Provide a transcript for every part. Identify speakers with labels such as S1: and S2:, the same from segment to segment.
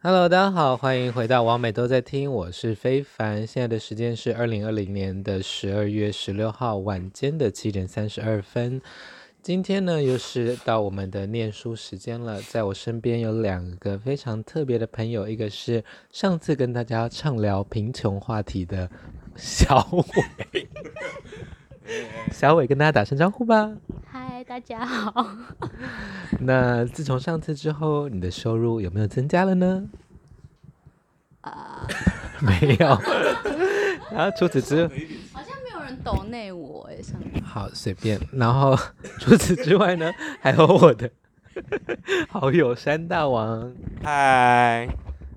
S1: Hello，大家好，欢迎回到王美都在听，我是非凡。现在的时间是二零二零年的十二月十六号晚间的七点三十二分。今天呢，又是到我们的念书时间了。在我身边有两个非常特别的朋友，一个是上次跟大家畅聊贫穷话题的小伟， 小伟跟大家打声招呼吧。
S2: 嗨，大家好。
S1: 那自从上次之后，你的收入有没有增加了呢？啊、 没有。 然后除此之
S2: 好像没有人抖内我哎，上
S1: 好随便，然后 除此之外呢，还有我的 好友山大王。
S3: 嗨，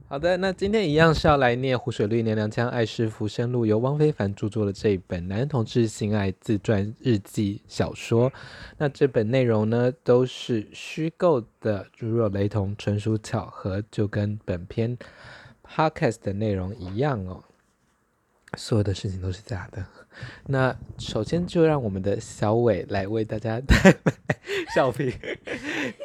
S1: 好的，那今天一样是要来念《湖水绿娘娘腔爱是浮生路》，由汪非凡著作的这一本男同志性爱自传日记小说。那这本内容呢，都是虚构的，如若雷同，纯属巧合，就跟本篇 podcast 的内容一样哦。所有的事情都是假的。那首先就让我们的小伟来为大家 带来笑评。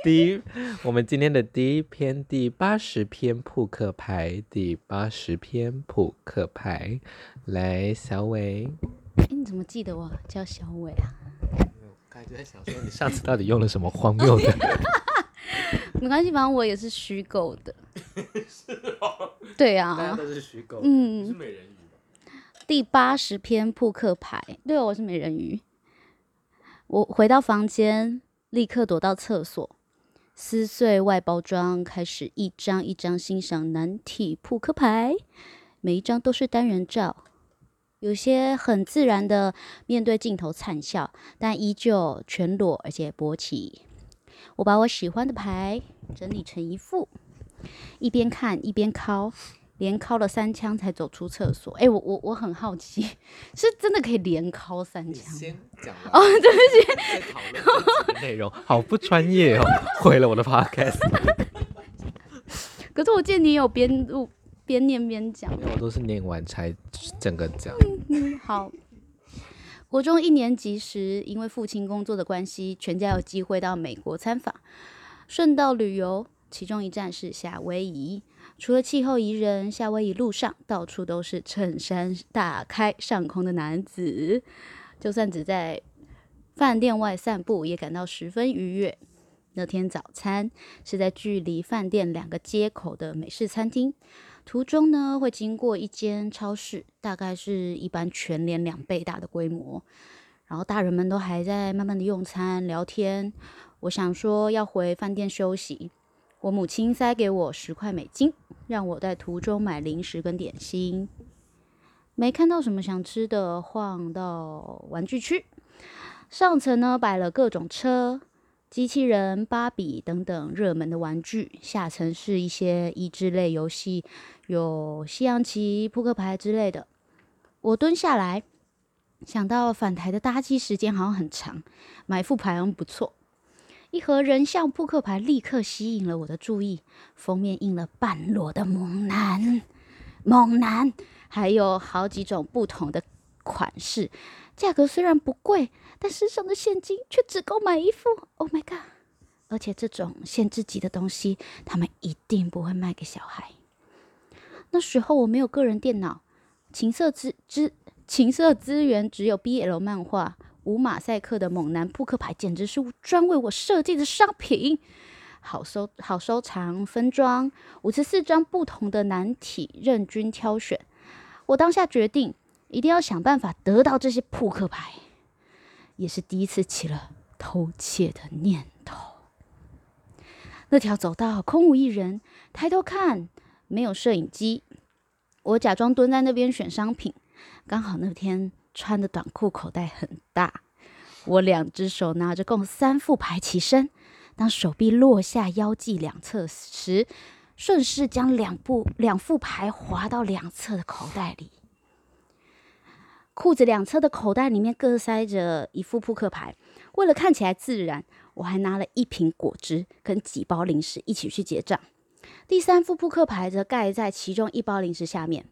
S1: 第一，我们今天的第一篇第八十篇扑克牌，第八十篇扑克牌，来，小伟，
S2: 哎，你怎么记得我叫小伟啊？
S1: 刚才就在想说，你上次到底用了什么荒谬 的？
S2: 没关系，反正我也是虚构 的。
S3: 哦
S2: 对啊，
S1: 都是虚构
S2: 嗯，
S3: 美人鱼
S2: 第八十篇扑克牌，对哦，我是美人鱼。我回到房间，立刻躲到厕所，撕碎外包装，开始一张一张欣赏男体扑克牌，每一张都是单人照。有些很自然的面对镜头灿笑，但依旧全裸而且勃起。我把我喜欢的牌整理成一副，一边看一边敲，连敲了三枪才走出厕所。哎、我我我很好奇， 是真的可以连敲三枪？
S1: 讲哦，对不起，内容好不专业哦，毁了我的 podcast。
S2: 可是我见你有边录边念边讲，
S1: 我都是念完才整个讲。
S2: 嗯，好。国中一年级时，因为父亲工作的关系，全家有机会到美国参访，顺道旅游，其中一站是夏威夷。除了气候宜人，夏威夷路上到处都是衬衫大开上空的男子，就算只在饭店外散步，也感到十分愉悦。那天早餐是在距离饭店两个街口的美式餐厅，途中呢会经过一间超市，大概是一般全联两倍大的规模。然后大人们都还在慢慢的用餐聊天。我想说要回饭店休息，我母亲塞给我十块美金，让我在途中买零食跟点心。没看到什么想吃的，晃到玩具区。上层呢摆了各种车、机器人、芭比等等热门的玩具，下层是一些益智类游戏，有西洋棋、扑克牌之类的。我蹲下来，想到返台的搭机时间好像很长，买副牌好像不错。一盒人像扑克牌立刻吸引了我的注意，封面印了半裸的猛男，猛男还有好几种不同的款式，价格虽然不贵，但身上的现金却只够买一副。Oh my god！而且这种限制级的东西，他们一定不会卖给小孩。那时候我没有个人电脑，情色资资情色资源只有 BL 漫画。无马赛克的猛男扑克牌简直是专为我设计的商品，好收好收藏分装，五十四张不同的难题任君挑选。我当下决定，一定要想办法得到这些扑克牌。也是第一次起了偷窃的念头。那条走道空无一人，抬头看，没有摄影机。我假装蹲在那边选商品，刚好那天穿的短裤口袋很大，我两只手拿着共三副牌起身，当手臂落下腰际两侧时，顺势将两部两副牌滑到两侧的口袋里。裤子两侧的口袋里面各塞着一副扑克牌。为了看起来自然，我还拿了一瓶果汁跟几包零食一起去结账。第三副扑克牌则盖在其中一包零食下面。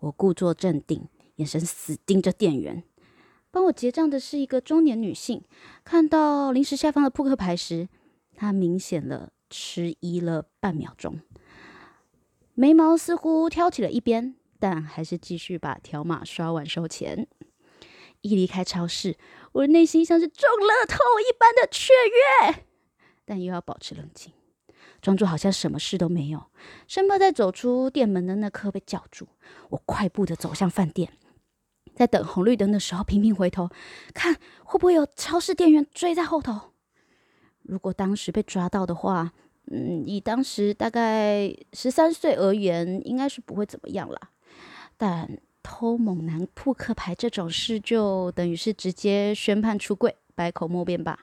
S2: 我故作镇定，眼神死盯着店员。帮我结账的是一个中年女性，看到零食下方的扑克牌时，她明显了迟疑了半秒钟。眉毛似乎挑起了一边，但还是继续把条码刷完收钱。一离开超市，我的内心像是中乐透一般的雀跃，但又要保持冷静，装作好像什么事都没有，生怕在走出店门的那刻被叫住。我快步的走向饭店，在等红绿灯的时候频频回头，看会不会有超市店员追在后头。如果当时被抓到的话，嗯，以当时大概十三岁而言，应该是不会怎么样啦。但偷猛男扑克牌这种事，就等于是直接宣判出柜，百口莫辩吧。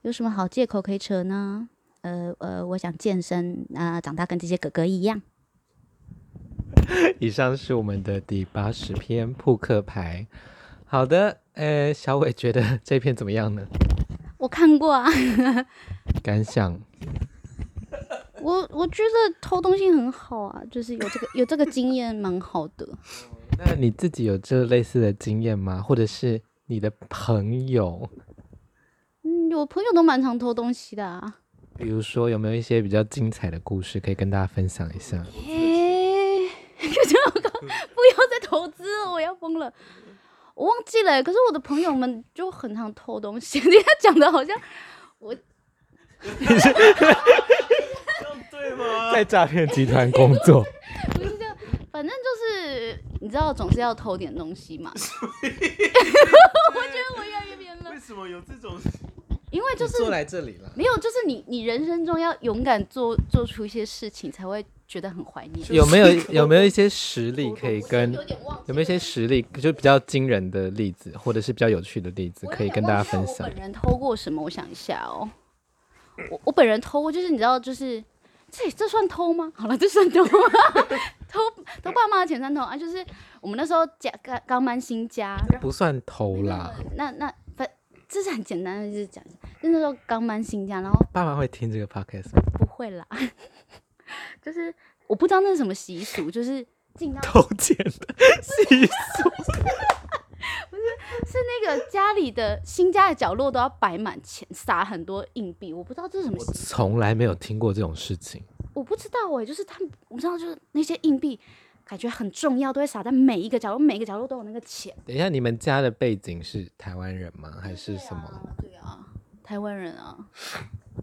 S2: 有什么好借口可以扯呢？呃呃，我想健身啊、长大跟这些哥哥一样。
S1: 以上是我们的第八十篇扑克牌。好的，呃，小伟觉得这篇怎么样呢？
S2: 我看过啊，
S1: 感想？
S2: 我我觉得偷东西很好啊，就是有这个有这个经验蛮好的。
S1: 那你自己有这类似的经验吗？或者是你的朋友，
S2: 嗯，我朋友都蛮常偷东西的啊。
S1: 比如说有没有一些比较精彩的故事可以跟大家分享一下？
S2: 嘿，可是我刚不要再投资了，我要疯了。我忘记了欸、可是我的朋友们就很常偷东西。 你看讲的好像
S3: 对 吗？
S1: 在诈骗集团工作，
S2: 不是这样，反正就是你知道，总是要偷点东西嘛。我觉得我越来越偏了
S3: 为，什么有这 种？
S2: 因为 就是
S1: 坐来这里了。
S2: 没有，就是你你人生中要勇敢做做出一些事情，才会觉得很怀念。
S1: 有没有有没有一些实例可以跟？
S2: 有点忘记
S1: 有没有一些实例就比较惊人的例子，或者是比较有趣的例子
S2: 我有
S1: 可以
S2: 点
S1: 跟
S2: 忘
S1: 大家
S2: 记了
S1: 分享
S2: 我？本人偷过什么？我想一下哦。我我本人偷过，就是你知道，就是这这算偷吗？好了，这算偷吗？ 偷偷爸妈的钱算偷啊！就是我们那时候家刚刚搬新家，然后
S1: 不算偷
S2: 没有
S1: 啦，
S2: 那那反这是很简单的，就是讲，就那时候刚搬新家，然后
S1: 爸妈会听这个 podcast 吗
S2: 不会啦， 就是我不知道那是什么习俗，就是进到
S1: 偷钱的 习俗。
S2: 是那个家里的新家的角落都要摆满钱，撒很多硬币，我不知道这是什么习
S1: 我从来没有听过这种事情，
S2: 我不知道哎、就是他们，我知道就是那些硬币，感觉很重要，都会撒在每一个角落，每个角落都有那个钱。
S1: 等一下，你们家的背景是台湾人吗？还是什么、
S2: 对啊，台湾人啊，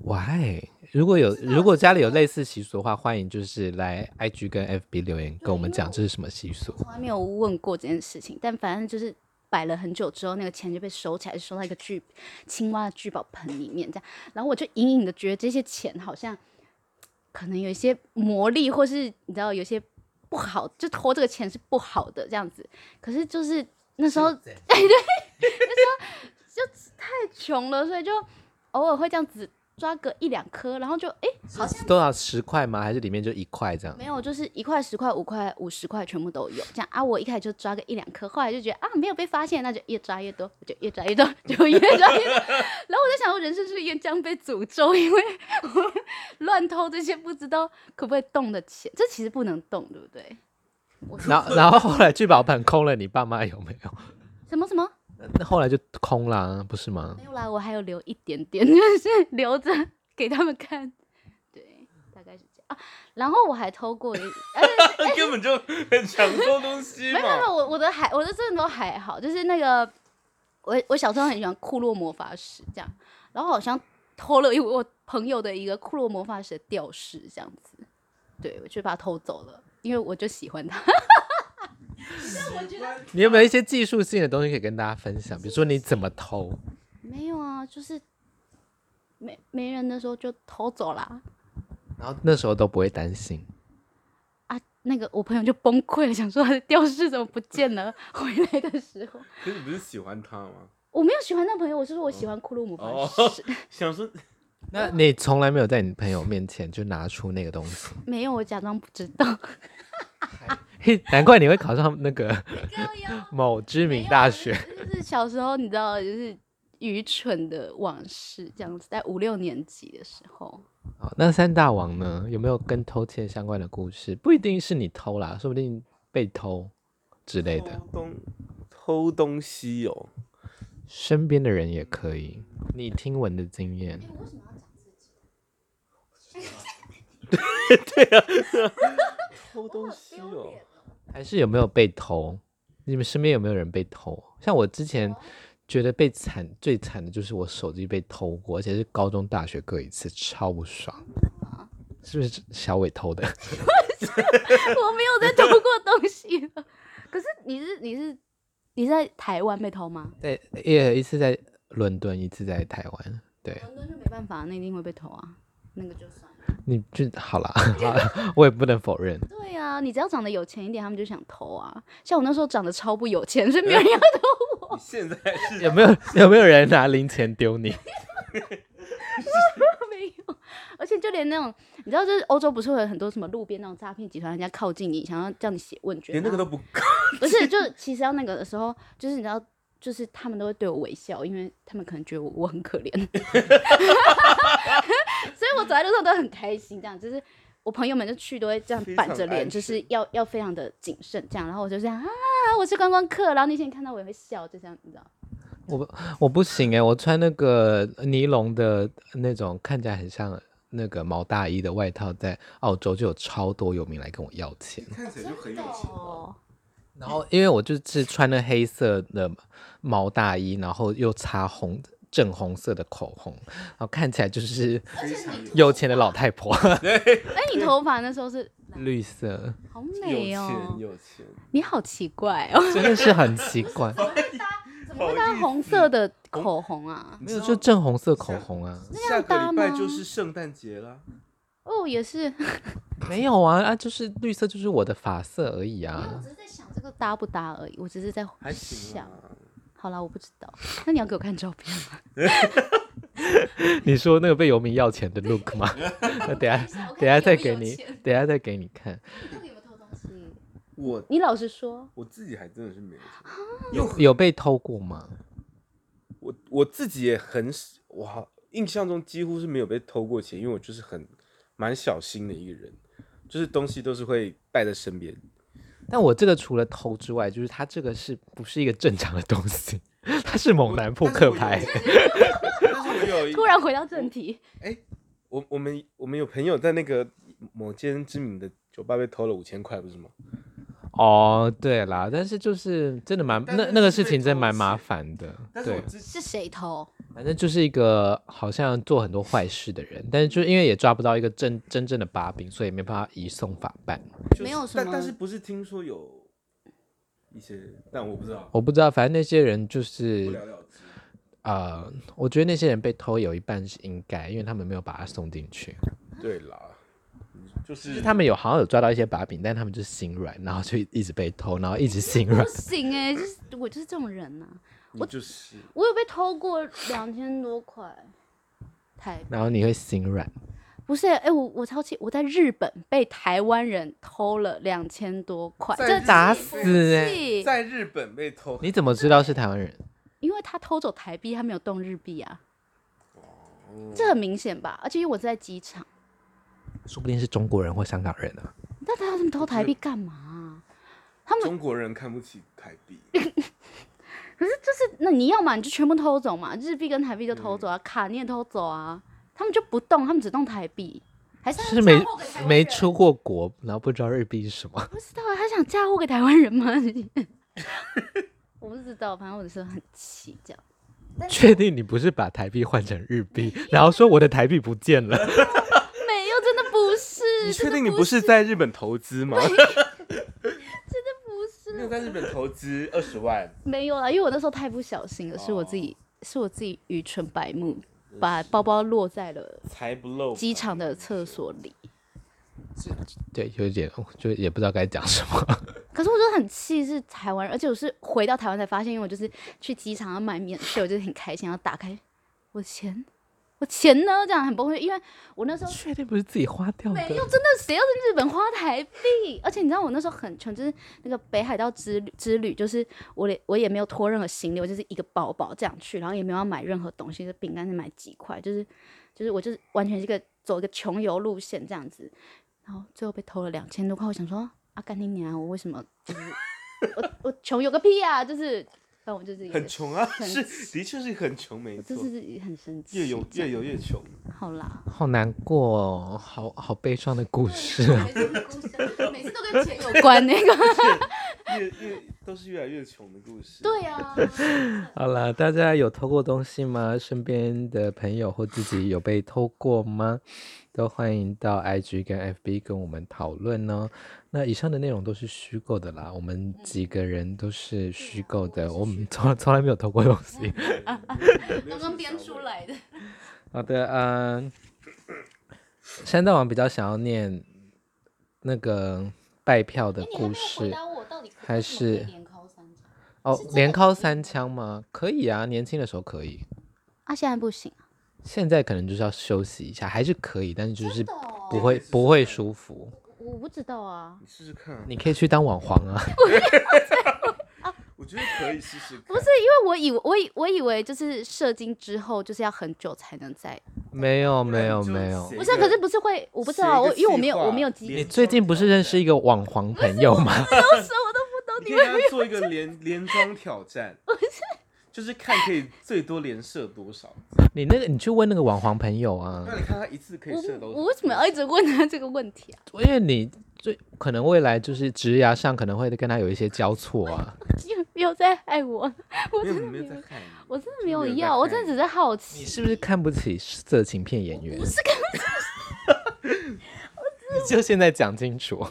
S1: w h y 如果有如果家里有类似习俗的话，欢迎就是来 IG 跟 FB 留言跟我们讲这是什么习俗。
S2: 从来没有问过这件事情，但反正就是摆了很久之后，那个钱就被收起来，收到一个聚青蛙的聚宝盆里面，这样。然后我就隐隐的觉得这些钱好像可能有一些魔力，或是你知道有些不好，就偷这个钱是不好的这样子。可是就是那时候哎穷了，所以就偶尔会这样子抓个一两颗，然后就诶，好像
S1: 多少十块吗？还是里面就一块这样
S2: 没？有，就是一块、十块、五块、五十块全部都有这样啊。我一开始就抓个一两颗，后来就觉得啊没有被发现，那就越抓越多，就越抓越多，就越抓越多。 然后我在想，我人生是不是也这样被诅咒？ 因为我乱偷这些不知道可不可以动的钱，这其实不能动，对不对？我
S1: 然后然后后来聚宝盆空了，你爸妈有没有？
S2: 什么什么
S1: 那后来就空了啊、不是吗
S2: 没？有啦，我还有留一点点， 就是留着给他们看。对，大概是这样啊。然后我还偷过一， 呃，
S3: 根本就很想偷东西
S2: 没有没有没
S3: 嘛。
S2: 有，我我的还我的真的都还好，就是那个我我小时候很喜欢库洛魔法石这样，然后好像偷了一位我朋友的一个库洛魔法石的吊饰这样子，对我就把它偷走了，因为我就喜欢它。
S1: 你有没有一些技术性的东西可以跟大家分享？比如说你怎么偷？
S2: 没有啊，就是没没人的时候就偷走啦。
S1: 然后那时候都不会担心。
S2: 啊，那个我朋友就崩溃了，想说他的吊饰怎么不见了？ 回来的时候，
S3: 可是你不是喜欢他吗？
S2: 我没有喜欢那朋友，我是说我喜欢库洛姆法
S3: 哦
S2: 师，
S3: 想说
S1: 那你从来没有在你朋友面前就拿出那个东西，
S2: 没有，我假装不知道。
S1: 嘿，难怪你会考上那个 某知名大 学。
S2: 就是小时候，你知道，就是愚蠢的往事，这样子，在五六年级的时候，
S1: 好那三大王呢？有没有跟偷窃相关的故事？不一定是你偷啦，说不定被偷之类的，
S3: 偷东偷东西哦，
S1: 身边的人也可以。你听闻的经验，
S3: 偷东西哦，
S1: 还是有没有被偷？你们身边有没有人被偷？像我之前觉得被惨最惨的就是我手机被偷过，而且是高中、大学各一次，超不爽。 是不是小伟偷的？
S2: 我没有在偷过东西了。可是你是你是你是在台湾被偷吗？
S1: 对，也一次在伦敦，一次在台湾。对，
S2: 伦敦就没办法，那一定会被偷啊，那个就算了。
S1: 你就好啦，好啦我也不能否认。
S2: 对啊，你只要长得有钱一点，他们就想偷啊。像我那时候长得超不有钱，所以没有人要偷。
S3: 你现在 是
S1: 有没有有没有人拿零钱丢你？
S2: 没有，而且就连那种，你知道，就是欧洲不是会有很多什么路边那种诈骗集团，人家靠近你，想要叫你写问卷，
S3: 连那个
S2: 然
S3: 都
S2: 后
S3: 不
S2: 不是，就其实要那个的时候，就是你知道，就是他们都会对我微笑，因为他们可能觉得我我很可怜， 所以我走在路上都很开心，这样就是。我朋友们就去都会这样
S3: 非常
S2: 板着脸，
S3: 安
S2: 就是要要非常的谨慎这样，然后我就这样啊，我是观光客，然后那些人看到我也会笑，就这样，你知道，
S1: 我不行哎、我穿那个尼龙的那种看起来很像那个毛大衣的外套，在澳洲就有超多游民来跟我要钱。
S3: 看起来就很有钱
S2: 哦，
S3: 哦。
S1: 然后因为我就是穿了黑色的毛大衣，然后又擦红正红色的口红，然后看起来就是
S3: 非常有
S1: 有钱的老太婆，
S2: 哎，你头发那时候是
S1: 绿色
S2: 好
S3: 有
S2: 美哦
S3: 钱，有钱，
S2: 你好奇怪 哦，
S1: 真的是很奇怪，
S2: 怎么会搭红色的口红啊？
S1: 没有就正红色口红 啊，
S3: 下个
S2: 搭
S3: 礼拜
S2: 吗
S3: 就是圣诞节了，
S2: 哦，也是，
S1: 没有啊啊，就是绿色就是我的发色而已 啊。
S2: 只是在想这个搭不搭而已，我只是在
S3: 还行
S2: 想。
S3: 啊。
S2: 好啦，我不知道，那你要给我看照片吗？
S1: 你说那个被游民要钱的 look 吗？ 那等下
S2: 下我看
S1: 等下
S2: 你有没
S1: 再
S2: 有
S1: 给你
S2: 钱，
S1: 等下再给你看。
S2: 你到底有没有偷东西？
S3: 我
S2: 嗯你老实说，
S3: 我自己还真的是没有什么，有
S1: 有被偷过吗？
S3: 我我自己也很少我好印象中几乎是没有被偷过钱，因为我就是很蛮小心的一个人，就是东西都是会带在身边。
S1: 但我这个除了偷之外，就是它这个是不是一个正常的东西？它是猛男扑克牌。
S3: 但是我有一
S2: 突然回到正题，
S3: 我我们我们有朋友在那个某间知名的酒吧被偷了五千块，不是吗？
S1: 哦，对啦，但是就是真的蛮
S3: 但
S1: 那
S3: 是
S1: 那个
S3: 是
S1: 事
S3: 被
S1: 情真
S3: 偷
S1: 蛮
S3: 窃
S1: 麻烦的，对，
S3: 之
S2: 是谁偷？
S1: 反正就是一个好像做很多坏事的人，但是就因为也抓不到一个真真正的把柄，所以没办法移送法办。
S3: 就是
S2: 没有什
S3: 但但
S2: 么
S3: 是不是听说有一些，但我不知道，
S1: 我不知道，反正那些人就
S3: 不
S1: 是
S3: 了了之。
S1: 呃，我觉得那些人被偷有一半是应该，因为他们没有把它送进去。
S3: 对啦，就是
S1: 就是他们有好像有抓到一些把柄，但他们就是心软，然后就一直被偷，然后一直心软
S2: 不。行哎、就是我就是这种人呐、
S3: 你就是
S2: 我有被偷过两千多块台币，
S1: 然后你会心软，
S2: 不是哎、欸我我超气，我在日本被台湾人偷了两千多块，
S3: 在
S2: 这
S3: 日
S1: 打
S3: 本
S1: 死
S3: 被
S1: 哎、
S2: 气
S3: 在日本被偷，
S1: 你怎么知道是台湾人？
S2: 因为他偷走台币，他没有动日币啊。这很明显吧？而且因为我是在机场，
S1: 说不定是中国人或香港人啊。
S2: 那他要这么偷台币干嘛、啊
S3: 中国人看不起台币，
S2: 可是就是那你要嘛，你就全部偷走嘛，日币跟台币就
S3: 嗯
S2: 偷走啊，卡你也偷走啊，他们就不动，他们只动台币，还是他
S1: 是
S2: 要
S1: 没
S2: 嫁祸给台湾
S1: 没
S2: 人
S1: 出过国，然后不知道日币是什么。
S2: 不知道啊他想嫁祸给台湾人吗？ 我不知道，反正我是很气这样。
S1: 确定你不是把台币换成日币，然后说我的台币不见了？
S2: 没有，真的不是，
S3: 你确
S2: 真的
S3: 定你
S2: 不
S3: 不是在日本投资吗？
S2: 不是
S3: 没有在日本投资二十万，
S2: 没有啦，因为我那时候太不小心了，是我自
S3: 哦
S2: 己，是我自己愚蠢白目，把包包落在了
S3: 才不漏
S2: 机场的厕所里。
S1: 对，有一点，就也不知道该讲什么。
S2: 可是我就很气，是台湾人，而且我是回到台湾才发现，因为我就是去机场要买免税，我就很开心，然后打开我的钱，我钱呢？这样很崩溃，因为我那时 候
S1: 确定不是自己花掉
S2: 没有，
S1: 的？
S2: 真的谁要在日本花台币？而且你知道我那时候很穷，就是那个北海道之旅之旅，就是我连我也没有拖任何行李，我就是一个包包这样去，然后也没有要买任何东西，就饼干是买几块，就是就是我就是完全是一个走一个穷游路线这样子，然后最后被偷了两千 多块，我想说啊干你娘，我为什么就是我我穷游个屁啊，就是但我就是有
S3: 很穷啊，
S2: 很
S3: 是的确是很穷，没
S2: 我
S3: 错
S2: 就，是很生气。
S3: 越有
S2: 这
S3: 越
S2: 样
S3: 有越穷。
S2: 好啦，
S1: 好难过、哦，好好悲伤的故事 啊。
S2: 每次都跟钱有关那 个。
S3: 越越都是越来越穷的故事。
S2: 对啊，
S1: 好了，大家有偷过东西吗？身边的朋友或自己有被偷过吗？都欢迎到 IG 跟 FB 跟我们讨论哦。那以上的内容都是虚构的啦，我们几个人都是虚构的，我们从从来没有偷过东西。
S2: 啊刚刚编出来的。
S1: 好的，嗯，山大王比较想要念那个拜票
S2: 哎
S1: 的故事。
S2: 我到底可
S1: 哎还
S2: 为什么可以
S1: 是
S2: 连考三场
S1: 哦
S2: 是这，
S1: 连
S2: 个
S1: 敲
S2: 可以
S1: 三枪吗？可以啊，年轻的时候可以，
S2: 啊，现在不行，
S1: 现在可能就是要休息一下，还是可以，但是就是不
S2: 不
S1: 会不会舒服。
S2: 我不知道啊，
S3: 你试试看啊，
S1: 你可以去当网黄啊，
S3: 我觉得可以试试看。
S2: 不是因为我以为我以我以为就是射精之后就是要很久才能再，
S1: 没有没有
S3: 就
S1: 没有
S3: 写。
S2: 不是，可是不是会我不知道，啊我因为我没有我没有机
S1: 你
S2: 会，
S1: 最近不是认识一个网黄朋友吗？
S2: 哦
S3: 你可以跟他做一个连连装挑战，就是看可以最多连射多少。
S2: 嗯
S1: 你那个你去问那个网黄朋友啊
S3: 那，你看他一次可以射
S2: 我
S3: 多少？
S2: 我为什么要一直问他这个问题啊？
S1: 因为你最可能未来就是职涯上可能会跟他有一些交错啊。
S2: 又没有在爱我，我
S3: 没有
S2: 真的没
S3: 没有在
S2: 有，
S3: 看你，
S2: 我真的没有
S3: 没有在
S2: 要，我
S3: 看
S2: 真的只是好
S1: 你
S2: 奇，
S1: 是不是看不起色情片演员？
S2: 不是看
S1: 你就现在讲清楚，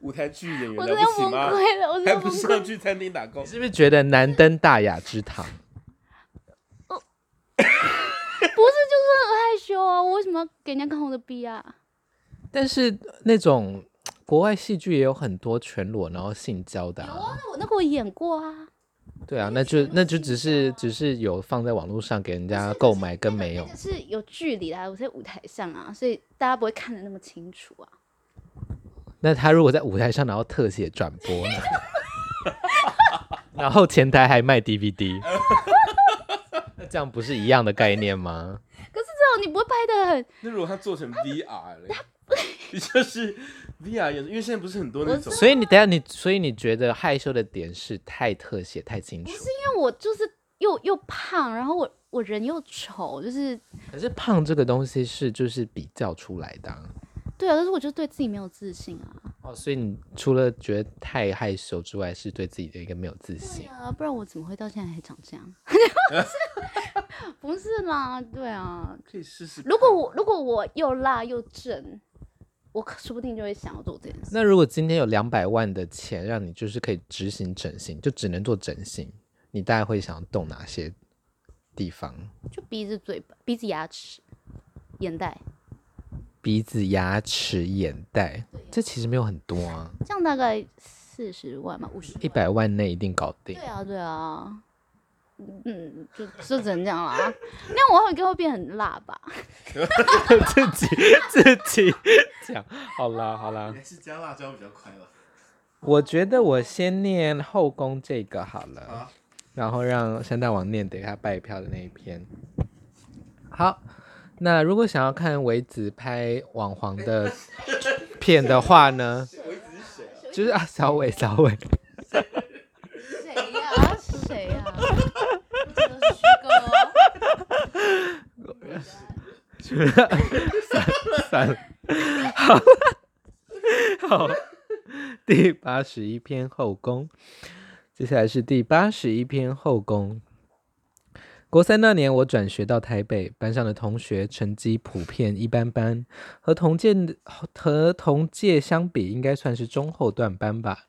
S3: 舞台剧演员
S2: 我
S3: 了
S2: 真的要
S3: 不起
S2: 崩
S3: 吗？
S2: 溃了，我真的
S3: 还
S2: 要
S3: 不
S2: 崩
S3: 是
S2: 溃
S3: 要去餐厅打工
S1: 你？是不是觉得难登大雅之堂？
S2: 不是，就是很害羞啊！我为什么要给人家看我的逼啊？
S1: 但是那种国外戏剧也有很多全裸然后性交的、啊，
S2: 那我那个我演过啊，
S1: 对啊，那就那就只是只是有放在网络上给人家购买，跟没有
S2: 那个。是有距离的啊，我在舞台上啊，所以大家不会看得那么清楚啊。
S1: 那他如果在舞台上然后特写转播 呢？然后前台还卖 DVD，那这样不是一样的概念吗？
S2: 可是这种你不会拍的很，
S3: 那如果他做成 VR 嘞， 就是 VR 演，因为现在不是很多那种，
S1: 所以你等一下你，所以你觉得害羞的点是太特写太清楚，
S2: 因为我就是又又胖，然后我我人又丑，就是
S1: 可是胖这个东西是就是比较出来的啊、
S2: 对啊，但是我就对自己没有自信啊。
S1: 哦，所以你除了觉得太害羞之外，是对自己的一个没有自
S2: 对
S1: 信。
S2: 啊，不然我怎么会到现在还长这样？ 不是啦，对啊，
S3: 可以试试看。
S2: 如果我如果我又辣又正，我可说不定就会想要做这件事。
S1: 那如果今天有两百万的钱，让你就是可以执行整形，就只能做整形，你大概会想动哪些地方？
S2: 就鼻子、嘴巴、鼻子、牙齿、眼袋，
S1: 鼻子、牙齿、眼袋，这其实没有很多啊，
S2: 这样大概四十万吧，五十
S1: 一。百万内一定搞定
S2: 对。啊，对啊，嗯， 就就只能这样啦。那我应该会变很辣吧？
S1: 自己自己讲，好啦好啦，
S3: 还是加辣椒比较快吧。
S1: 我觉得我先念后宫这个好了，
S3: 好
S1: 然后让山大王念等一下拜票的那一篇。好，那如果想要看维子拍网黄的片的话呢，
S3: 我一直是谁啊？
S1: 就是啊小伟小伟，
S2: 谁呀、谁呀、这都是虚构 哦。
S1: 算了，好了，好，第八十一篇后宫，接下来是第八十一篇后宫。国三那年，我转学到台北，班上的同学成绩普遍一般般，和同届的和同届相比，应该算是中后段班吧。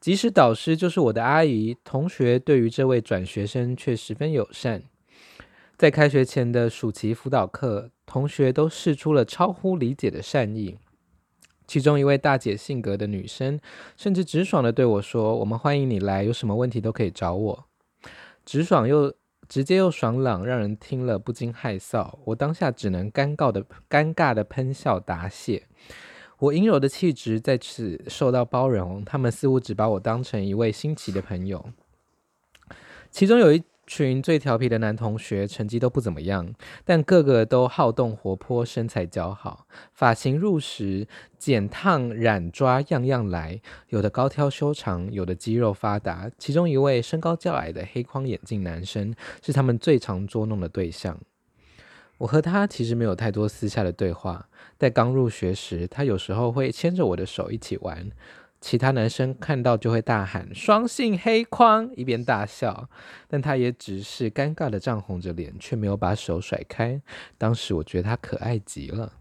S1: 即使导师就是我的阿姨，同学对于这位转学生却十分友善。在开学前的暑期辅导课，同学都试出了超乎理解的善意。其中一位大姐性格的女生，甚至直爽的对我说：“我们欢迎你来，有什么问题都可以找我。”直爽又直接又爽朗，让人听了不禁害臊。我当下只能尴尬的尴尬的喷笑答谢。我阴柔的气质在此受到包容，他们似乎只把我当成一位新奇的朋友。其中有一群最调皮的男同学成绩都不怎么样，但个个都好动活泼，身材姣好，发型入时，剪烫染抓样样来，有的高挑修长，有的肌肉发达。其中一位身高较矮的黑框眼镜男生是他们最常捉弄的对象。我和他其实没有太多私下的对话，在刚入学时，他有时候会牵着我的手一起玩，其他男生看到就会大喊“双性黑框”，一边大笑，但他也只是尴尬的涨红着脸，却没有把手甩开。当时我觉得他可爱极了。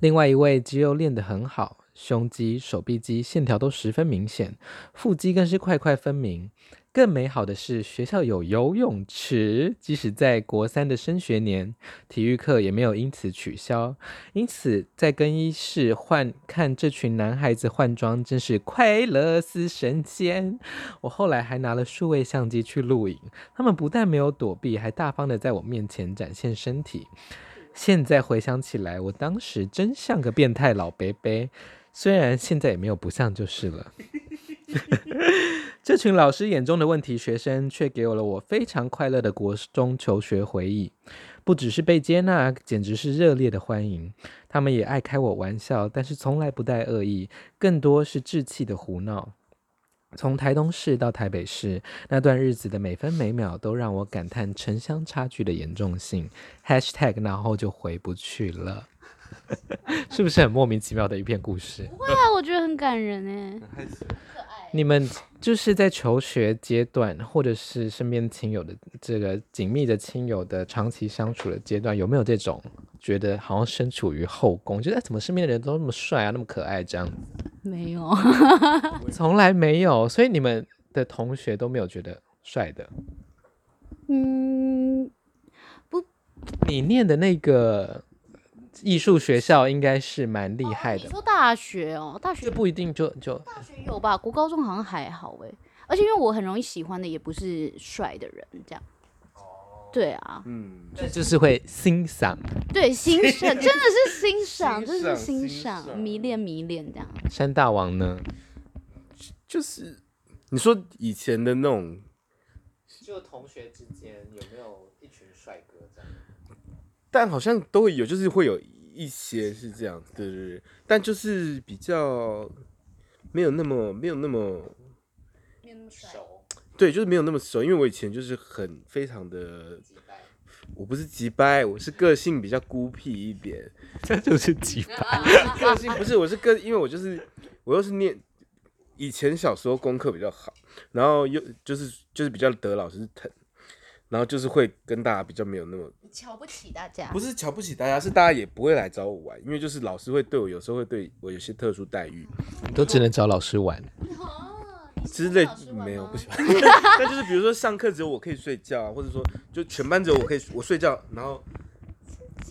S1: 另外一位肌肉练得很好，胸肌、手臂肌线条都十分明显，腹肌更是块块分明。更美好的是，学校有游泳池，即使在国三的升学年，体育课也没有因此取消。因此，在更衣室换看这群男孩子换装，真是快乐似神仙。我后来还拿了数位相机去录影，他们不但没有躲避，还大方的在我面前展现身体。现在回想起来，我当时真像个变态老伯伯，虽然现在也没有不像就是了。 这群老师眼中的问题学生，却给了我非常快乐的国中求学回忆。不只是被接纳，简直是热烈的欢迎。他们也爱开我玩笑，但是从来不带恶意，更多是稚气的胡闹。从台东市到台北市，那段日子的每分每秒都让我感叹城乡差距的严重性。#hashtag 然后就回不去了， 是不是很莫名其妙的一篇故事？
S2: 啊，我觉得很感人哎。
S1: 你们就是在求学阶段，或者是身边亲友的这个紧密的亲友的长期相处的阶段，有没有这种觉得好像身处于后宫，觉得哎怎么身边的人都那么帅啊，那么可爱这样？
S2: 没有，
S1: 从来没有，所以你们的同学都没有觉得帅的。
S2: 嗯，
S1: 你念的那个艺术学校应该是蛮厉害
S2: 你
S1: 的，
S2: 说大学哦，大学
S1: 这不一定就就
S2: 大学有吧？国高中好像还好哎，而且因为我很容易喜欢的也不是帅的人，这样。对啊，
S3: 嗯，
S1: 这就是会欣赏。
S2: 对，欣赏真的是欣赏，
S3: 欣赏
S2: 真的是欣
S3: 欣
S2: 赏，
S3: 赏
S2: 迷恋迷恋这样。
S1: 山大王呢？
S3: 就是你说以前的那种，
S1: 就同学之间有没有一群帅哥这样？
S3: 但好像都会有，就是会有一些是这样，对对对，但就是比较没有那么没有那么对，就是没有那么熟，因为我以前就是很非常的，我不是急掰，我是个性比较孤僻一点，
S1: 这就是鸡巴。
S3: 个性不是，我是个，因为我就是我又是念以前小时候功课比较好，然后又就是就是比较得老师疼，然后就是会跟大家比较没有那么
S2: 你瞧不起大家
S3: 不是瞧不起大家，是大家也不会来找我玩，因为就是老师会对我有时候会对我有些特殊待遇
S1: 你都只能找老师玩，
S3: 之类，没有不喜欢。 但就是比如说上课只有我可以睡觉啊，或者说就全班只有我可以我睡觉，然后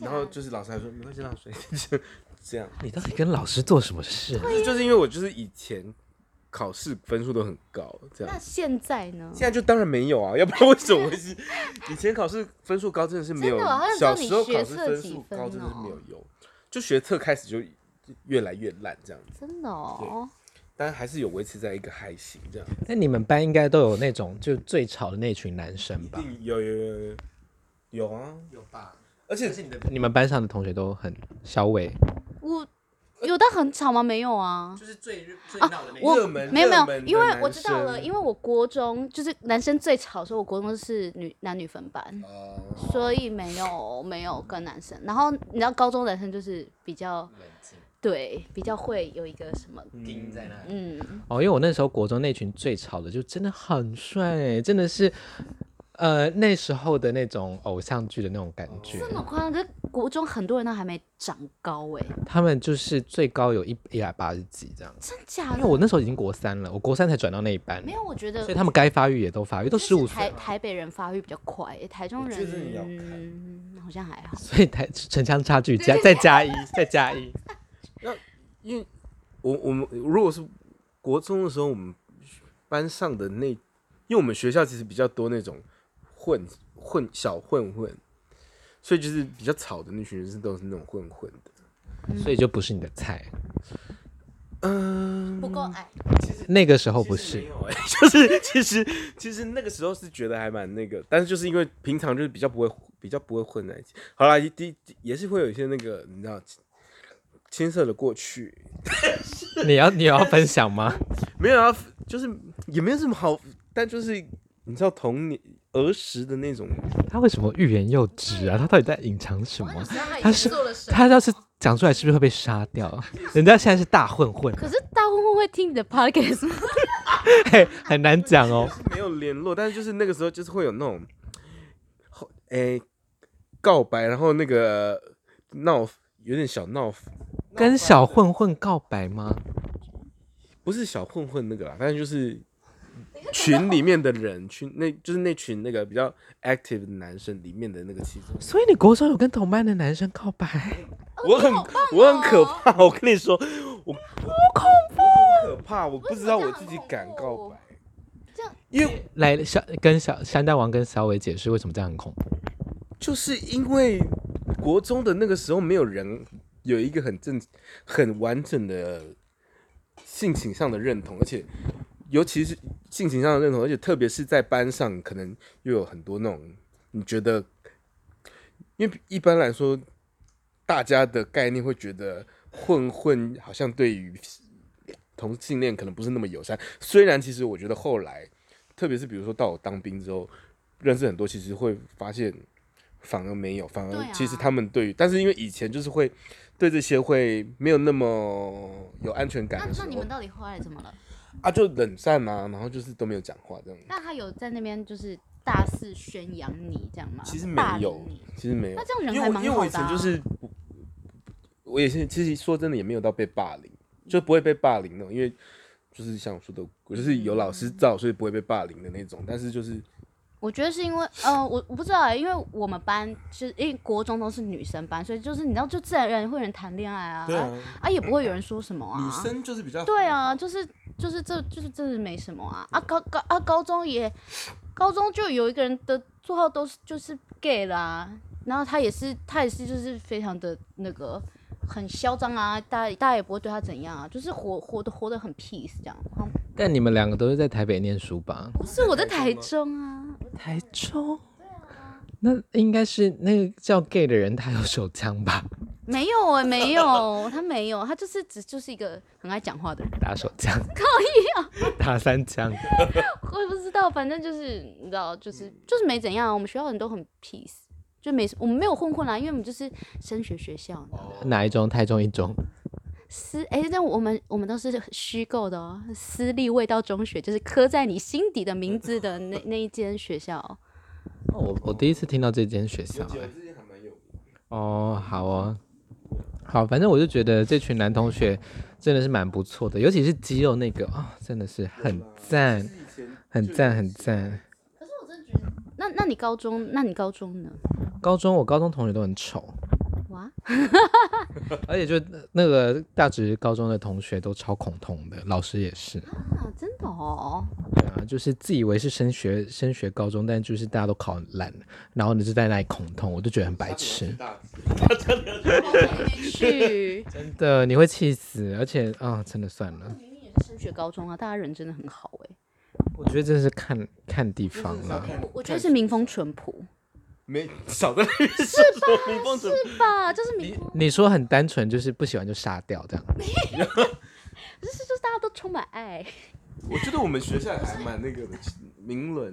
S3: 然后就是老师还说没关系让他睡， 就这样。
S1: 你到底跟老师做什么事、啊？
S3: 就是因为我就是以前考试分数都很高，这
S2: 那
S3: 样。
S2: 现在呢？
S3: 现在就当然没有啊，要不然为什么会是以前考试分数高真的是没有，
S2: 真的好像
S3: 小时候
S2: 知道
S3: 考
S2: 你学
S3: 试
S2: 测
S3: 分
S2: 几
S3: 数
S2: 分
S3: 高真的是没有
S2: 哦
S3: 用，就学测开始就越来越烂这样子，
S2: 真的哦，
S3: 但还是有维持在一个还行这样。
S1: 那你们班应该都有那种就最吵的那群男生吧？
S3: 有有有有有啊，
S1: 有吧？
S3: 而且
S1: 你们班上的同学都很小伟，
S2: 我
S3: 呃
S2: 有到很吵吗？没有啊。
S1: 就是最最
S2: 啊
S1: 闹的
S2: 我
S3: 热门
S2: 没有没
S3: 热
S2: 有
S3: 门，的
S2: 因为我知道
S3: 男
S2: 了，
S3: 生
S2: 因为我国中就是男生最吵的时候，我国中是女男女分班，
S3: 哦
S2: 所以没有没有跟男生。然后你知道高中男生就是比较对，比较会有一个什么，
S1: 钉在那里。
S2: 嗯，
S1: 哦，因为我那时候国中那群最吵的，就真的很帅、欸，真的是，呃，那时候的那种偶像剧的那种感觉。
S2: 这么夸张。可是国中很多人都还没长高哎，
S1: 他们就是最高有一一百八十几这样。
S2: 真假
S1: 因为
S2: 的？
S1: 我那时候已经国三了，我国三才转到那一班，
S2: 没有，我觉得
S1: 所以他们该发育也都发育，都
S2: 就
S1: 十
S2: 是
S1: 五岁
S2: 台
S1: 了。
S2: 台北人发育比较快，欸台中
S3: 我觉得也要看
S2: 人嗯好像还好。
S1: 所以台城乡差距加再加一，再加一。
S3: 因为我我们如果是国中的时候，我们班上的那，因为我们学校其实比较多那种混混小混混，所以就是比
S2: 嗯
S3: 较吵的那群人是都是那种混混的。
S1: 所以就不是你的菜。
S3: 嗯，
S2: 不够矮，
S1: 那个时候不
S3: 其实
S1: 是
S3: 没， 有欸就是其实其实那个时候是觉得还蛮那个，但是就是因为平常就是比较不会比较不会混在一起。好啦，第第也是会有一些那个你知道青涩的过去，
S1: 你要你要分享吗？
S3: 没有啊，就是也没有什么好，但就是你知道童年儿时的那种，
S1: 他为什么欲言又止啊？他到底在隐藏什么？他是
S4: 做了什么？
S1: 他要是讲出来，是不是会被杀掉？啊人家现在是大混混，
S2: 可是大混混会听你的 podcast 吗？
S1: 嘿， 很难讲哦。
S3: 没有联络，但是就是那个时候就是会有那种，后诶、告白，然后那个闹有点小闹，
S1: 跟小混混告白吗？
S3: 不是小混混那个啦，但是就是群里面的人，群那就是那群那个比较 active 的男生里面的那个其中，
S1: 所以你国中有跟同班的男生告白？
S2: 哦
S3: 我很、我很可怕， 我跟你说，我啊好恐怖，可怕，我不知道我自己敢告白，
S2: 这样
S3: 因为
S1: 来，小跟小山大王跟小伟解释为什么这样很恐怖。
S3: 就是因为国中的那个时候没有人有一个很正很完整的性情上的认同，而且。尤其是性情上的认同，而且特别是在班上，可能又有很多那种你觉得，嗯因为一般来说，大家的概念会觉得混混好像对于同性恋可能不是那么友善。虽然其实我觉得后来，特别是比如说到我当兵之后，认识很多，其实会发现反而没有，反
S2: 对啊
S3: 而其实他们对于，但是因为以前就是会对这些会没有那么有安全感
S2: 那
S3: 的时
S2: 那
S3: 候
S2: 你们到底后来怎么了？
S3: 啊，就冷战啊，然后就是都没有讲话这样。
S2: 那他有在那边就是大肆宣扬你这样吗？
S3: 其实没
S2: 霸凌
S3: 有
S2: 你，
S3: 其实没有
S2: 那。这样
S3: 因
S2: 人
S3: 为
S2: 还
S3: 我
S2: 蛮
S3: 因为我
S2: 好
S3: 以
S2: 的
S3: 前
S2: 啊。
S3: 就是不，我也是，其实说真的也没有到被霸凌，就不会被霸凌那种，因为就是像我说的，我就是有老
S2: 嗯
S3: 师照，所以不会被霸凌的那种。但是就是
S2: 我觉得是因为，呃，我我不知道、欸，因为我们班是因为国中都是女生班，所以就是你知道，就自然而然会有人谈恋爱啊，啊，也不会有人说什么啊，
S3: 就是比较
S2: 对，啊，就是就是这就是真的没什么啊啊高高啊高中也高中就有一个人的绰号都是就是 gay 啦、然后他也是他也是就是非常的那个很嚣张啊，大家大家也不会对他怎样啊，就是活活的活得很 peace 这样。好
S1: 但你们两个都是在台北念书吧？
S2: 不是我在台中啊，
S1: 台中。那应该是那个叫 gay 的人，他有手枪吧？
S2: 没有哎、没有，他没有，他就是只就是一个很爱讲话的人，
S1: 打手枪，可以啊，打三枪。
S2: 我也不知道，反正就是你知道，就是就是没怎样啊，我们学校人都很 peace。就没什，我们没有混混啦，因为我们就是升学学校，你知道吗
S1: 哪一中？台中一中。
S2: 私哎、那我们我们都是虚构的哦，私立味道中学就是刻在你心底的名字的那那一间学校。
S1: 哦我我第一次听到这间学校、
S3: 我觉得
S1: 哎
S3: 这些还蛮有名的。
S1: 哦，好哦，好，反正我就觉得这群男同学真的是蛮不错的，尤其是肌肉那个啊、真的是很赞，
S3: 以前
S1: 很赞，很赞。
S2: 可是我真的觉得，那那你高中，那你高中呢？
S1: 高中我高中同学都很丑，
S2: 哇，
S1: 而且就那个大直高中的同学都超恐同的，老师也是。
S2: 啊，真的哦，
S1: 对啊，就是自以为是升学升学高中，但就是大家都考很烂，然后你就在那里恐同，我就觉得很白痴。
S2: 去，
S3: 哎
S1: 真的，你会气死，而且啊、真的算了，
S2: 明明也是升学高中啊，大家人真的很好哎、
S1: 我觉得真的是看看地方啦。
S2: 我我觉得是民风淳朴
S3: 没少在那边说什么民风淳朴
S2: 吧，就是民风，
S1: 你说很单纯，就是不喜欢就杀掉这样。
S2: 就是就是大家都充满爱。
S3: 我觉得我们学校还蛮那个的，明伦，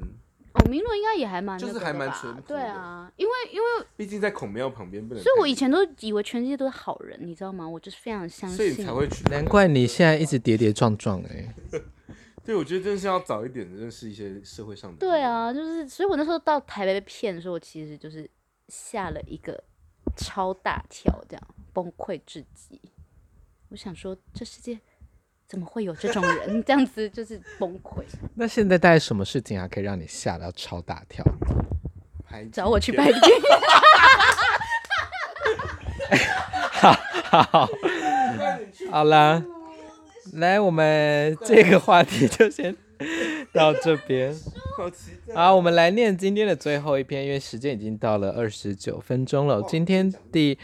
S2: 哦，明伦应该也还蛮那
S3: 嗯就是
S2: 个
S3: 还
S2: 的
S3: 蛮
S2: 吧
S3: 淳朴
S2: 对
S3: 的
S2: 啊，因为因为
S3: 毕竟在孔庙旁边不能太。
S2: 所以我以前都以为全世界都是好人，你知道吗？我就是非常相信。
S3: 所以你才会去。
S1: 难怪你现在一直跌跌撞撞哎、
S3: 对，我觉得真的是要早一点认识一些社会上的。
S2: 对，啊，就是，所以我那时候到台北被骗的时候，我其实就是吓了一个超大跳，这样崩溃至极。我想说，这世界怎么会有这种人？ 这样子就是崩溃。
S1: 那现在大概什么事情啊，可以让你吓到超大跳？
S3: 拍
S2: 找我去
S3: 拍。
S2: 拍电影，
S1: 好啦，来，我们这个话题就先到这边。
S3: 好期 待。
S1: 好，我们来念今天的最后一篇，因为时间已经到了二十九分钟了。今天第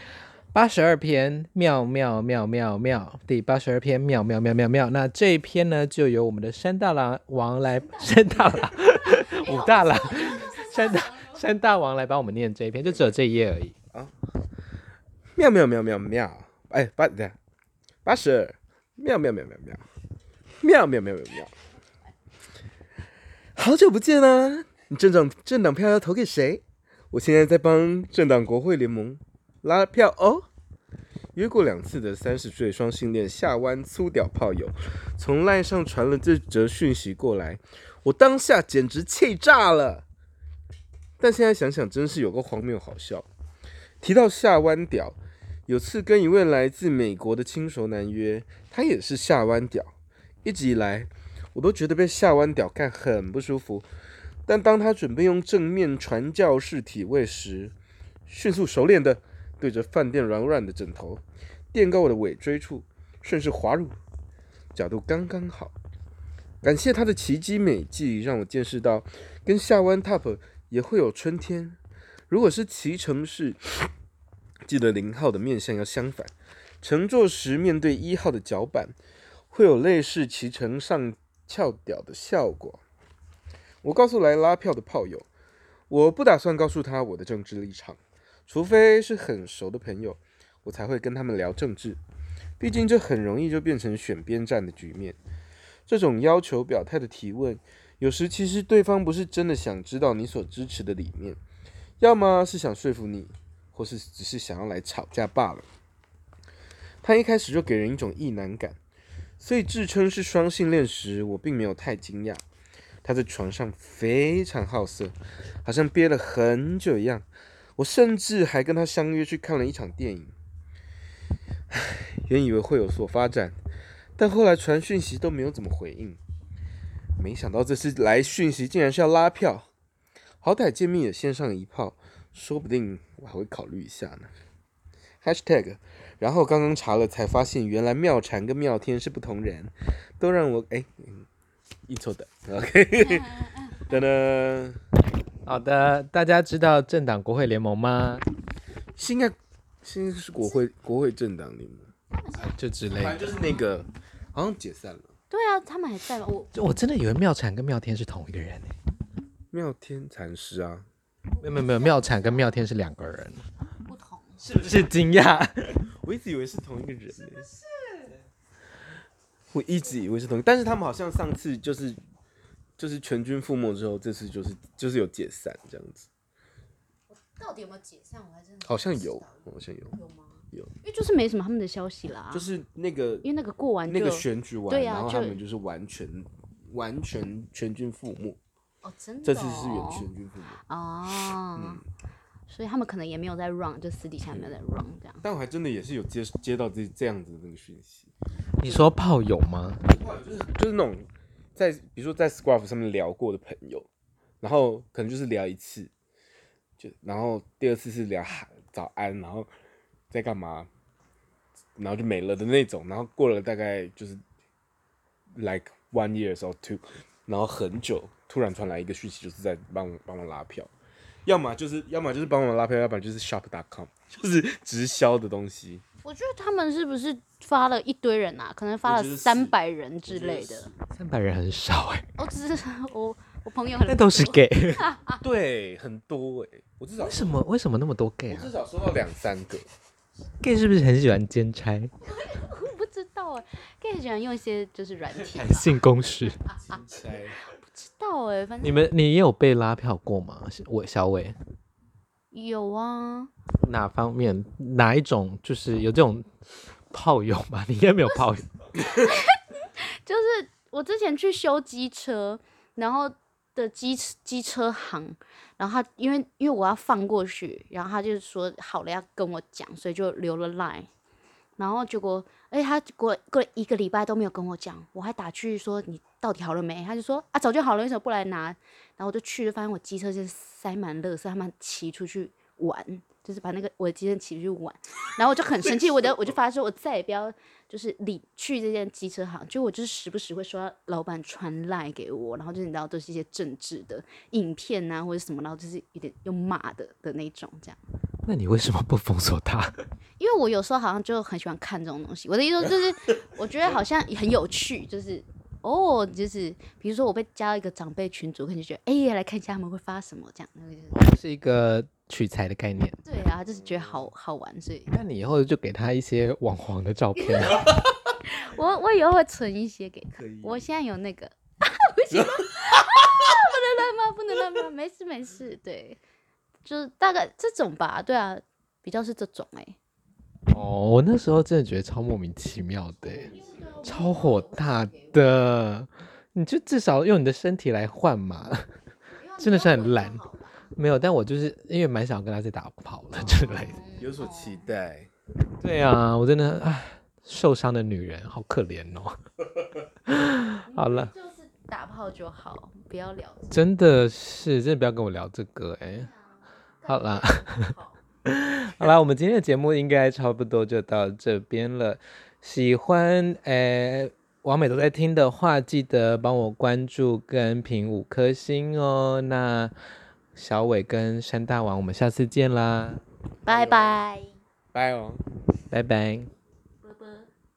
S1: 八十二篇妙妙妙妙妙，第八十二篇妙妙妙妙妙。那这一篇呢，就由我们的山大郎王来， 山大郎，武大郎， 山大山大王来帮我们念这一篇，就只有这一页而已。
S3: 妙妙妙妙妙，哎，八对啊，八十二，妙妙妙妙妙，妙妙妙妙妙，好久不见啊！你政党政党票要投给谁？我现在在帮政党国会联盟拉票哦。约过两次的三十岁双性恋下湾粗屌炮友，从赖上传了这则讯息过来，我当下简直气炸了。但现在想想，真是有个荒谬好笑。提到下湾屌，有次跟一位来自美国的轻熟男约，他也是下湾屌。一直以来，我都觉得被下湾屌干很不舒服，但当他准备用正面传教士体位时，迅速熟练的对着饭店软软的枕头，垫高我的尾椎处，顺势滑入，角度刚刚好。感谢他的奇迹美技，让我见识到跟下湾 top 也会有春天。如果是骑乘式，记得零号的面向要相反，乘坐时面对一号的脚板，会有类似骑乘上翘屌的效果。我告诉来拉票的炮友，我不打算告诉他我的政治立场，除非是很熟的朋友，我才会跟他们聊政治。毕竟这很容易就变成选边站的局面。这种要求表态的提问，有时其实对方不是真的想知道你所支持的理念，要么是想说服你，或是只是想要来吵架罢了。他一开始就给人一种意难感，所以自称是双性恋时，我并没有太惊讶。他在床上非常好色，好像憋了很久一样。我甚至还跟他相约去看了一场电影。唉，原以为会有所发展，但后来传讯息都没有怎么回应。没想到这次来讯息竟然是要拉票。好歹见面也线上一炮，说不定我还会考虑一下呢。#hashtag，然后刚刚查了才发现，原来妙禅跟妙天是不同人，都让我哎，嗯一错的，OK，噔噔，
S1: 好的，大家知道政党国会联盟吗？
S3: 现在现在是国会国会政党里面，
S1: 就之类
S3: 反
S1: 的。
S3: 正就是那个好像解散了。
S2: 对啊，他们还在吧？我
S1: 就我真的以为妙产跟妙天是同一个人欸
S3: 妙天禅师啊，
S1: 没有没有没有，妙产跟妙天是两个人，
S2: 不同，
S1: 是不是惊讶？
S3: 我一直以为是同一个人呢、是，我一直以为是同一，但是他们好像上次就是就是全军覆没之后，这次就是就是有解散这样子，
S4: 到底有没有解散？我还真的
S3: 好像有，好像有，
S4: 有吗？
S2: 因为就是没什么他们的消息啦。
S3: 就是那个
S2: 因为那个过完就
S3: 那个选举完，
S2: 对啊
S3: 然后他
S2: 就
S3: 们就是完全完全全军覆没，
S4: 哦，真的
S3: 这
S4: 哦、
S3: 次是有全军覆没，
S2: 哦，
S3: 嗯
S2: 所以他们可能也没有在 run，就私底下没有在 run 这样。
S3: 但我还真的也是有接接到这这样子的那个讯息，
S1: 你说炮友吗？
S3: 就是那种在比如说在 Scruff 上面聊过的朋友，然后可能就是聊一次，就然后第二次是聊哈早安，然后在干嘛，然后就没了的那种，然后过了大概就是 like one year or two，然后很久突然传来一个讯息，就是在帮我帮我拉票。要么就是，要么就是帮我拉票，要不然就是 shop.com，就是直销的东西。
S2: 我觉得他们是不是发了一堆人啊？可能发
S3: 我
S2: 了
S3: 觉得是
S2: 三百人之
S3: 我觉
S2: 类
S3: 得是
S2: 的。
S1: 三百人很少哎、
S2: 我只是我我朋友 很
S1: 那都是 gay，
S3: 对，很多哎、我至少
S1: 为什么为什么那么多 gay
S3: 我
S1: 啊
S3: 至少收到两三个。
S1: ？gay 是不是很喜欢兼差、
S2: 我不知道哎、欸、，gay 喜欢用一些就是软体，
S1: 弹性公式？
S2: 知道哎、反
S1: 你
S2: 正
S1: 们你也有被拉票过吗？是我小伟
S2: 有啊。
S1: 哪方面哪一种就是有这种炮友吗？ 你应该没有炮友，
S2: 就是我之前去修机车，然后的机机车行，然后他因为因为我要放过去，然后他就说好了要跟我讲，所以就留了 line。然后结果，而且他过过了一个礼拜都没有跟我讲，我还打去说你到底好了没？他就说啊早就好了，为什么不来拿？然后我就去，就发现我机车就是塞满垃圾，他们骑出去玩，就是把那个我的机车骑出去玩，然后我就很生气，我就我就发誓我再也不要就是理去这间机车行，就我就是时不时会收到老板传赖给我，然后就是你知道都是一些政治的影片啊或者什么，然后就是有点用骂的的那种这样，
S1: 那你为什么不封锁他？
S2: 因为我有时候好像就很喜欢看这种东西。我的意思说就是， 我觉得好像也很有趣，就是哦，就是比如说我被加到一个长辈群组，可能就觉得哎、来看一下他们会发什么这样。那个就 是
S1: 是一个取材的概念。
S2: 对啊，就是觉得好好玩，所以
S1: 那你以后就给他一些网黄的照片啊，
S2: 我我以后会存一些给他
S3: 可以。
S2: 我现在有那 个，不行吗，不能乱吗？不能乱吗？没事没事，对，就是大概这种吧，对啊，比较是这种哎、
S1: 哦，我那时候真的觉得超莫名其妙的欸，超火大的。你就至少用你的身体来换嘛，真的是很懒 没有，但我就是因为蛮想跟他再打跑了之类的。
S3: 有所期
S2: 哦
S3: 待。
S1: 对啊，我真的唉，受伤的女人好可怜哦。 好了，
S2: 就是打炮就好，不要聊。
S1: 真的是，真的不要跟我聊这个哎、好啦， 好啦，我们今天的节目应该差不多就到这边了。喜欢诶，王美都在听的话，记得帮我关注跟评五颗星哦。那小伟跟山大王，我们下次见啦，
S2: 拜拜。
S3: 拜哦。
S1: 拜拜。